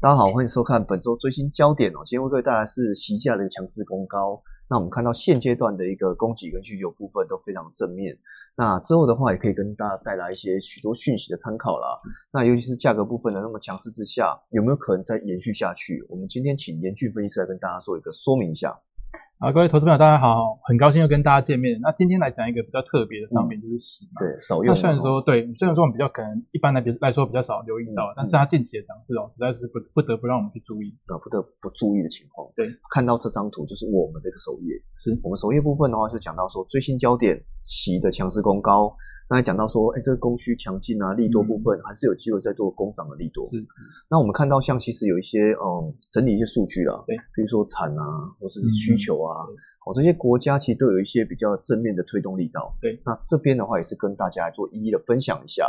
大家好，欢迎收看本周最新焦点哦。今天为各位带来是席价的强势攻高。那我们看到现阶段的一个供给跟需求部分都非常正面。那之后的话，也可以跟大家带来一些许多讯息的参考啦。那尤其是价格部分的那么强势之下，有没有可能再延续下去？我们今天请严俊分析师来跟大家做一个说明一下。啊，各位投资朋友，大家好，很高兴又跟大家见面。那今天来讲一个比较特别的商品，就是洗嗯嘛。对，少用那的虽然哦说，对，虽然说我们比较可能一般来比来说比较少留意到，嗯但是它近期的涨势哦，实在是不不得不让我们去注意。呃不得不注意的情况。对，看到这张图就是我们的一个首页，是我们首页部分的话是讲到说最新焦点席的强势攻高，那也讲到说，哎，这个供需强劲啊，利多嗯部分还是有机会再做攻涨的利多。是，那我们看到像其实有一些嗯整理一些数据啦，对，比如说产啊，或者是嗯需求啊。对哦，这些国家其实都有一些比较正面的推动力道。对，那这边的话也是跟大家来做一一的分享一下。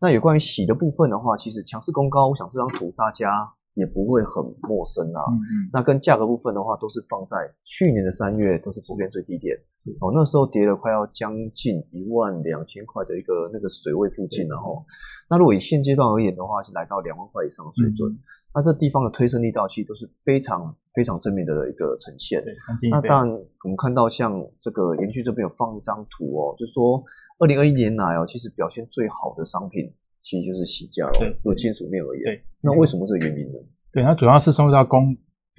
那有关于洗的部分的话，其实强势攻高，我想这张图大家也不会很陌生啊。嗯嗯，那跟价格部分的话，都是放在去年的三月，都是普遍最低点是。哦，那时候跌了快要将近一万两千块的一个那个水位附近，对然后，那如果以现阶段而言的话，是来到两万块以上的水准。嗯那这地方的推升力道其实都是非常非常正面的一个呈现。对，三进一那倍当然，我们看到像这个园区这边有放一张图哦，就说二零二一年来哦，其实表现最好的商品其实就是洗价咯对，如果金属面而言对，那为什么这个原因呢？对，那主要是受到供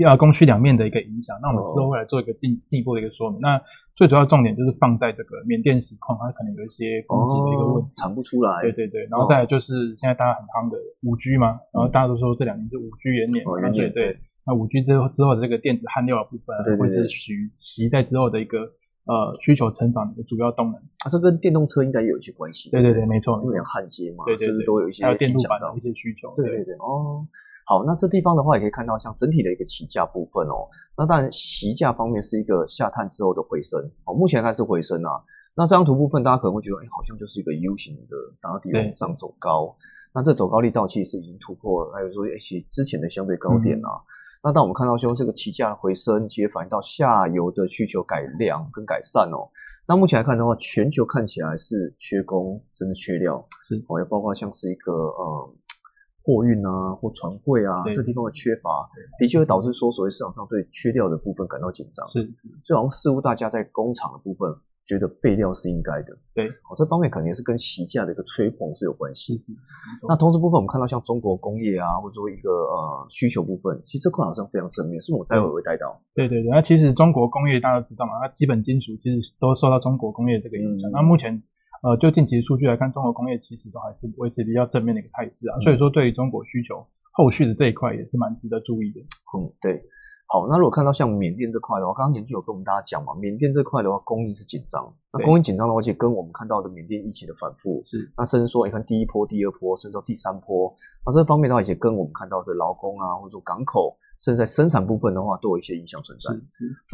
啊供需两面的一个影响。那我们之哦后会来做一个进进一步的一个说明。那最主要重点就是放在这个缅甸锡矿，它可能有一些供给的一个问题。哦产不出来，对对对，然哦后再来就是现在大家很夯的五 G 嘛，然后大家都说这两年是五 G 元年嗯哦嘛，那元年对对对，那五 G 之后之后的这个电子焊料的部分啊对对，对会是属于习在之后的一个呃需求成长的一个主要动能。啊，这跟电动车应该也有一些关系。对对对，没错，没因为有错焊接嘛，对对是不对是都有一些还有电影路响板的到一？些需求。对对对，哦，好，那这地方的话也可以看到，像整体的一个起价部分哦，那当然席价方面是一个下探之后的回升，哦，目前还是回升啊。那这张图部分大家可能会觉得，哎，好像就是一个 U 型的打底往对上走高，那这走高力道其实是已经突破了，还有说哎其实之前的相对嗯高点啊。那当我们看到说这个起价的回升，其实反映到下游的需求改良跟改善哦。那目前来看的话，全球看起来是缺工，甚至缺料，是哦，也包括像是一个呃货运啊或船会啊对这地方的缺乏，的确会导致说所谓市场上对缺料的部分感到紧张，是所以好像似乎大家在工厂的部分觉得备料是应该的，对哦，这方面可能也是跟席价的一个吹捧是有关系是的。是，那同时部分，我们看到像中国工业啊，或者说一个呃需求部分，其实这块好像非常正面，是不是我待会嗯儿会带到。对对对，那其实中国工业大家都知道嘛，它基本金属其实都受到中国工业这个影响。嗯那目前呃，就近期的数据来看，中国工业其实都还是维持比较正面的一个态势啊，嗯所以说对于中国需求后续的这一块也是蛮值得注意的。嗯，对。好，那如果看到像缅甸这块的话，刚刚研究有跟我们大家讲嘛，缅甸这块的话供应是紧张，那对供应紧张的话，就跟我们看到的缅甸疫情的反复，是那甚至说，你看第一波、第二波，甚至到第三波，那这方面的话，也跟我们看到的劳工啊，或者说港口，甚至在生产部分的话，都有一些影响存在。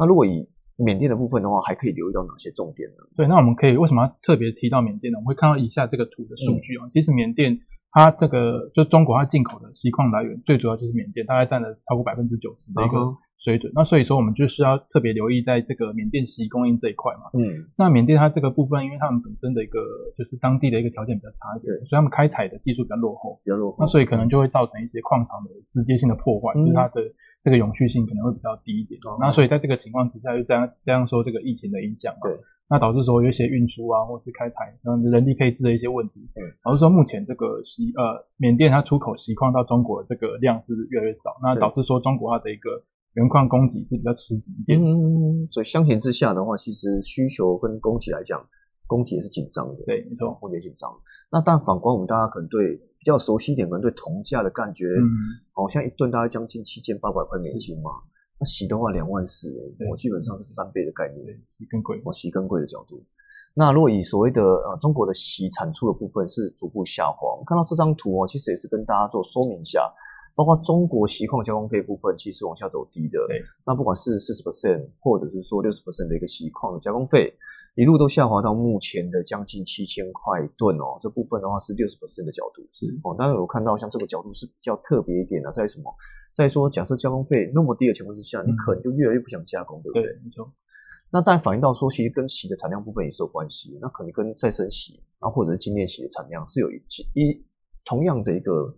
那如果以缅甸的部分的话，还可以留意到哪些重点呢？对，那我们可以为什么要特别提到缅甸呢？我们会看到以下这个图的嗯数据哦。其实缅甸它这个就中国它进口的锡矿来源最主要就是缅甸，大概占了超过百分之九十的一嗯个哼水准。那所以说我们就是要特别留意在这个缅甸锡供应这一块嘛。嗯，那缅甸它这个部分，因为他们本身的一个就是当地的一个条件比较差一点，所以他们开采的技术比较落后，比较落后那所以可能就会造成一些矿场的直接性的破坏，嗯就是它的这个永续性可能会比较低一点。哦那所以在这个情况之下，就这样这样说这个疫情的影响嘛，对，那导致说有一些运输啊，或是开采嗯人力配置的一些问题，对，导致说目前这个锡呃缅甸它出口锡矿到中国的这个量是越来越少，那对导致说中国它的一个原矿供给是比较吃紧一点。嗯，所以相形之下的话，其实需求跟供给来讲，供给也是紧张的，对，没错，供给也紧张。那但反观我们大家可能对比较熟悉一点，可能对铜价的感觉，嗯。好像一吨大概将近七千八百块美金嘛，那洗的话两万四，欸对我基本上是三倍的概念对，，更贵。我洗更贵的角度。那如果以所谓的呃中国的洗产出的部分是逐步下滑，我们看到这张图哦，其实也是跟大家做说明一下，包括中国锡矿加工费部分其实是往下走低的，对那不管是四十 percent 或者是说六十 percent 的一个锡矿的加工费，一路都下滑到目前的将近七千块一吨哦。这部分的话是六十 percent 的角度是哦。当然我看到像这个角度是比较特别一点的、在于什么？在于说假设加工费那么低的情况之下，你嗯可能就越来越不想加工，对不对对？，没错，那但反映到说，其实跟锡的产量部分也是有关系，那可能跟再生锡，然后或者是精炼锡的产量是有一一同样的一个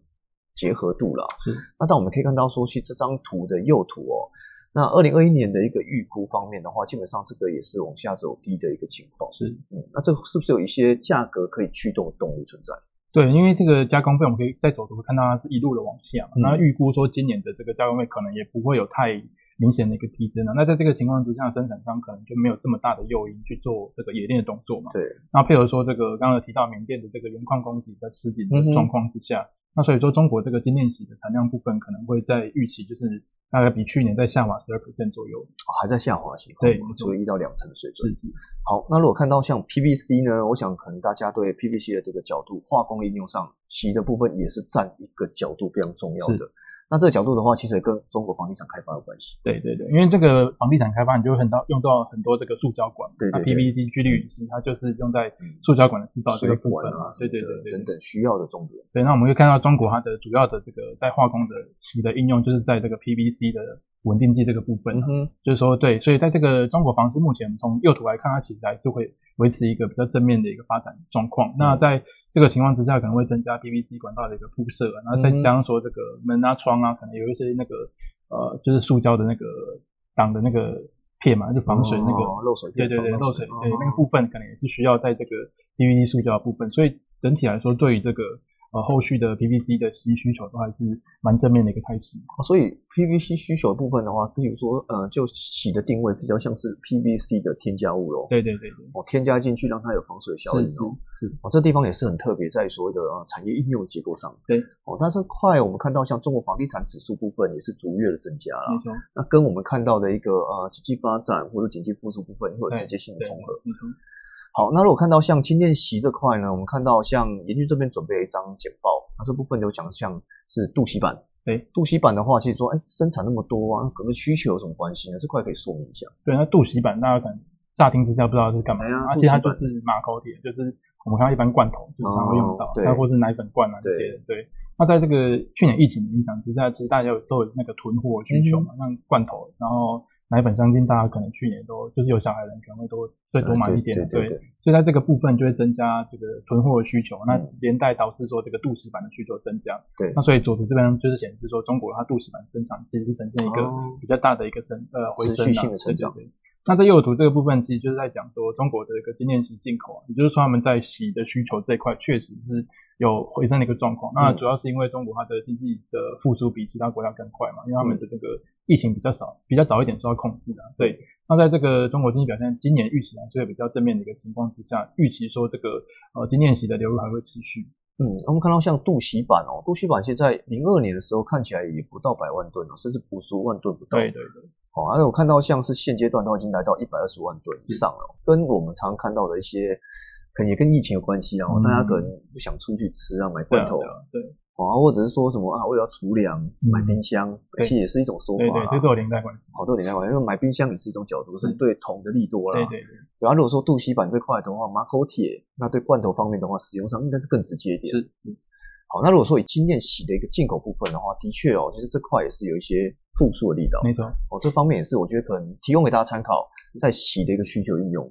结合度啦。是那但我们可以看到说，其实这张图的右图哦，那二零二一年的一个预估方面的话，基本上这个也是往下走低的一个情况。是，嗯，那这是不是有一些价格可以驱动的动力存在？对，因为这个加工费，我们可以在走图看到它是一路的往下嘛。嗯那预估说今年的这个加工费可能也不会有太明显的一个提升了。啊那在这个情况之下，生产商可能就没有这么大的诱因去做这个冶炼的动作嘛。对，那配合说这个刚刚有提到缅甸的这个原矿供给在吃紧嗯哼的状况之下，那所以说中国这个精炼洗的产量部分可能会在预期就是大概比去年在下滑十二 percent 左右。哦还在下滑情况，对没错所以一到两成的水准。是是好，那如果看到像 PVC 呢，我想可能大家对 PVC 的这个角度化工应用上，洗的部分也是占一个角度非常重要的。那这个角度的话，其实也跟中国房地产开发有关系。对对对，因为这个房地产开发，你就会很到用到很多这个塑胶管，对对那对 PVC 聚氯乙烯它就是用在塑胶管的制造水这个部管分啊，对对什么的对对等等需要的重点。对，那我们会看到中国它的主要的这个在化工的洗的应用，就是在这个 PVC 的稳定剂这个部分、嗯哼，就是说对，所以在这个中国房市目前从右图来看，它其实还是会维持一个比较正面的一个发展状况。那嗯在这个情况之下，可能会增加 PVC 管道的一个铺设，然后再嗯加上说这个门啊、窗啊，可能有一些那个呃，就是塑胶的那个挡的那个片嘛，就防水那个、哦漏水对片对对，防漏水哦对那个部分可能也是需要在这个 PVC 塑胶的部分，所以整体来说，对于这个呃后续的 PVC 的吸需求都还是蛮正面的一个开始。哦所以 PVC 需求的部分的话，比如说呃，就洗的定位比较像是 PVC 的添加物咯。对对对对，哦，添加进去让它有防水效应是哦。是是哦，这地方也是很特别，在所谓的呃产业应用结构上。对。哦，但是快我们看到像中国房地产指数部分也是逐月的增加没啦。错，那跟我们看到的一个呃经济发展或者经济复苏部分会有对直接性的哎对重合。没错。好，那如果看到像今天席这块呢，我们看到像研究这边准备了一张简报，那这部分有讲像是杜西板。对，杜西板的话，其实说，哎，生产那么多啊，跟需求有什么关系呢？这块可以说明一下。对，那肚脐板大家可能乍听之下不知道是干嘛，哎呀而且它肚就脐板是马口铁，就是我们看到一般罐头就是常会用哦到，对它或是奶粉罐啊这些的。对，那在这个去年疫情的影响之下，其实大家有都有那个囤货需嗯求嘛，像罐头，然后奶粉，相信大家可能去年都就是有小孩的人可能会多最多买一点，啊啊对对对所以在这个部分就会增加这个囤货的需求，那嗯连带导致说这个肚脐板的需求增加。对那所以左图这边就是显示说，中国它肚脐板增长其实是呈现一个哦比较大的一个升呃回持升、啊、续性的成长对对对那在右图这个部分，其实就是在讲说中国的一个精炼洗进口啊，也就是说他们在洗的需求这一块确实是有回升的一个状况。那主要是因为中国它的经济的复苏比其他国家更快嘛，因为他们的这个疫情比较少，比较早一点受到控制的、啊。对，那在这个中国经济表现今年预期来说也比较正面的一个情况之下，预期说这个呃精炼洗的流入还会持续。嗯，那我们看到像杜西板哦，杜西板现在零二年的时候看起来也不到百万吨哦，甚至五十万吨不到。对对对。哦，而且我看到像是现阶段都已经来到一百二十万吨以上了哦，跟我们常看到的一些，可能也跟疫情有关系啊、哦，嗯大家可能不想出去吃啊，买对罐啊头对啊，对哦，或者是说什么啊，为了要储粮买冰箱，对其实也是一种说法对对，啦。这都有连带关系。好多年代玩，因为买冰箱也是一种角度，是是对铜的利多啦。对对对。对啊，如果说镀锡板这块的话，马口铁，那对罐头方面的话，使用上应该是更直接一点。嗯是好，那如果说以精炼洗的一个进口部分的话，的确哦，其实这块也是有一些复苏的力道。没错，哦，这方面也是我觉得可能提供给大家参考，在洗的一个需求应用。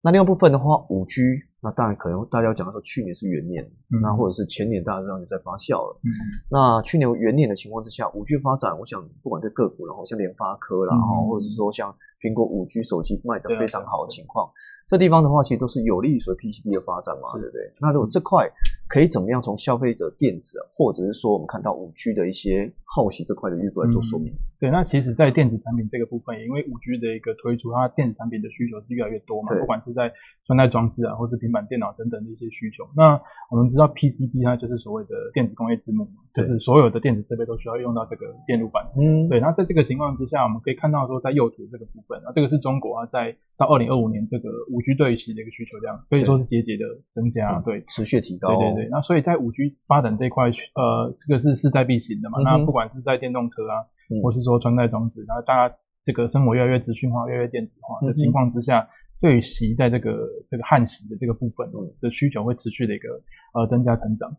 那另外部分的话，五 G，那当然可能大家有讲到说去年是元年，嗯那或者是前年大家知道就在发酵了。嗯，那去年元年的情况之下，五 G 发展，我想不管对个股，然后像联发科啦，嗯然后、或者是说像苹果五 G 手机卖的对啊非常好的情况，这地方的话，其实都是有利于所谓 PCB 的发展嘛，是对嗯不对？那如果这块可以怎么样从消费者电子，或者是说我们看到五 G 的一些好奇这块的预估来做说明？对，那其实，在电子产品这个部分，也因为五 G 的一个推出，它电子产品的需求是越来越多嘛对，不管是在穿戴装置啊，或是平板电脑等等的一些需求。那我们知道 PCB 它就是所谓的电子工业之母嘛，就对是所有的电子设备都需要用到这个电路板。嗯，对，那在这个情况之下，我们可以看到说，在右图这个部分啊，这个是中国啊，在到二零二五年这个五 G 对齐的一个需求量，可以说是节节的增加。对，持续地提高。对对对，那所以在五 G 发展这一块，呃，这个是势在必行的嘛。嗯哼那不管是在电动车啊，嗯或是说穿戴装置，然后大家这个生活越来越资讯化、越来越电子化嗯的哼情况之下，对于洗在这个这个焊洗的这个部分嗯的需求会持续的一个呃增加成长。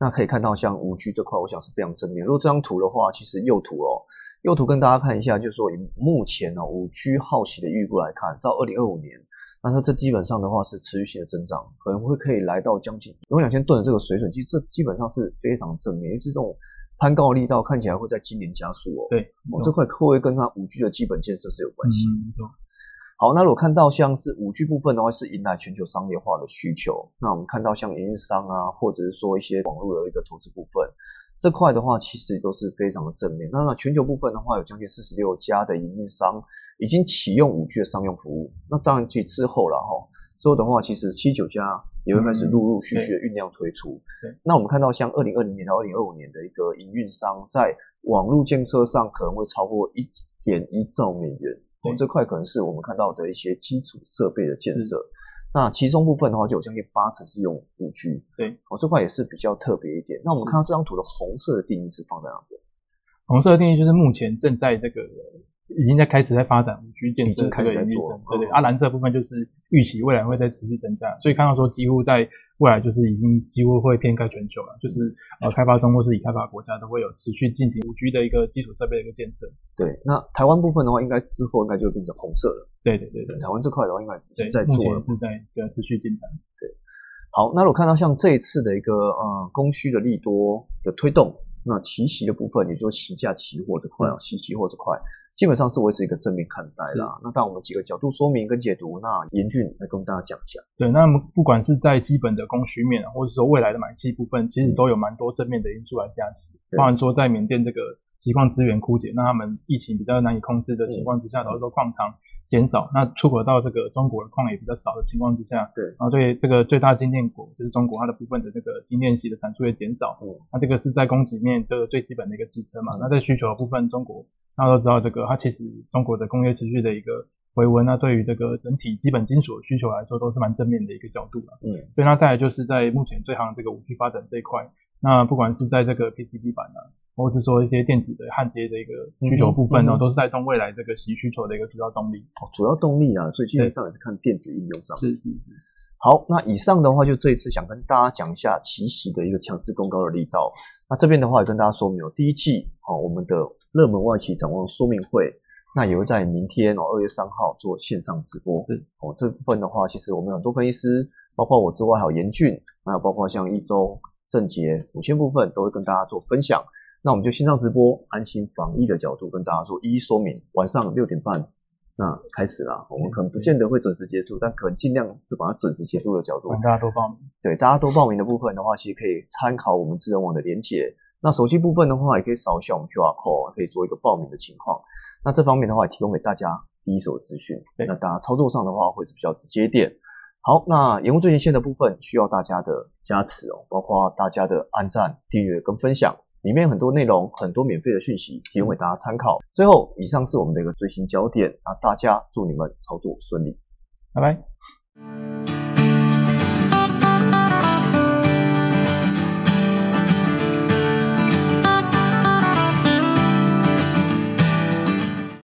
那可以看到，像五 G 这块，我想是非常正面。如果这张图的话，其实右图哦，右图跟大家看一下，就是说以目前呢、哦、五 G 好奇的预估来看，到二零二五年，那它这基本上的话是持续性的增长，可能会可以来到将近有两千吨的这个水准，其实这基本上是非常正面，因为这种攀高的力道看起来会在今年加速哦。对，哦，这块会跟它五 G 的基本建设是有关系。嗯，没错好，那我看到像是五 G 部分的话，是迎来全球商业化的需求。那我们看到像营运商啊，或者是说一些网络的一个投资部分这块的话，其实都是非常的正面。那全球部分的话，有将近四十六家的营运商已经启用五 G 的商用服务。那当然，去之后了哈，之后的话，其实七九家也会开始陆陆续续的酝酿推出。嗯对对那我们看到像二零二零年到二零二五年的一个营运商在网络建设上可能会超过一点一兆美元。哦对，这块可能是我们看到的一些基础设备的建设。那其中部分的话，就有将近八成是用五 G。对，哦，这块也是比较特别一点。那我们是看到这张图的红色的定义是放在哪边？红色的定义就是目前正在这个已经在开始在发展五 G 建已经设开这始个在领域做中，对对。嗯啊，蓝色的部分就是预期未来会在持续增加，所以看到说几乎在未来就是已经几乎会遍盖全球了，就是嗯呃开发中或是已开发国家都会有持续进行五 G 的一个基础设备的一个建设。对，那台湾部分的话，应该之后应该就变成红色了。对对对对对，台湾这块的话，应该已对，经在目做前了也。是在对持续进展。好，那我看到像这一次的一个呃供需的利多的推动，那期息的部分，也就是期价、期货这块嗯啊，期期货这块，基本上是维持一个正面看待啦。那当然我们几个角度说明跟解读，那严俊来跟大家讲一下。对，那么不管是在基本的供需面啊，或者说未来的买气部分，其实都有蛮多正面的因素来加持。嗯对包含说在缅甸这个锡矿资源枯竭，那他们疫情比较难以控制的情况之下，嗯导致说矿场减少，那出口到这个中国的矿也比较少的情况之下，对然后对这个最大晶电国就是中国它的部分的这个晶电系的产出也减少，嗯，那这个是在供给面这个最基本的一个支撑嘛嗯。那在需求的部分，中国大家都知道，这个它其实中国的工业持续的一个回温，那对于这个整体基本金属的需求来说，都是蛮正面的一个角度了。嗯，所以那再来就是在目前最行这个五 G 发展这一块，那不管是在这个 PCB 板啊，或是说一些电子的焊接的一个需求部分呢、嗯哼哦嗯哼都是带动未来这个习需求的一个主要动力。哦主要动力啊，所以基本上也是看电子应用上。是是好，那以上的话就这一次想跟大家讲一下奇袭的一个强势攻高的力道。那这边的话也跟大家说明哦，第一季哦我们的热门外企展望说明会，那也会在明天哦二月三号做线上直播。是哦，这部分的话，其实我们有很多分析师，包括我之外还有严俊，还有包括像一周、郑杰、辅线部分都会跟大家做分享。那我们就线上直播，安心防疫的角度跟大家做一一说明。晚上六点半。那开始啦，我们可能不见得会准时结束，但可能尽量就把它准时结束的角度欢迎大家多报名。对，大家都报名的部分的话，其实可以参考我们智能网的连接。那手机部分的话，也可以扫一下我们 QR code，可以做一个报名的情况。那这方面的话，也提供给大家第一手资讯。对那大家操作上的话，会是比较直接一点。好，那延误最前线的部分需要大家的加持哦，包括大家的按赞、订阅跟分享，里面很多内容、很多免费的讯息提供给大家参考。最后，以上是我们的一个最新焦点，那大家祝你们操作顺利。拜拜。 Thank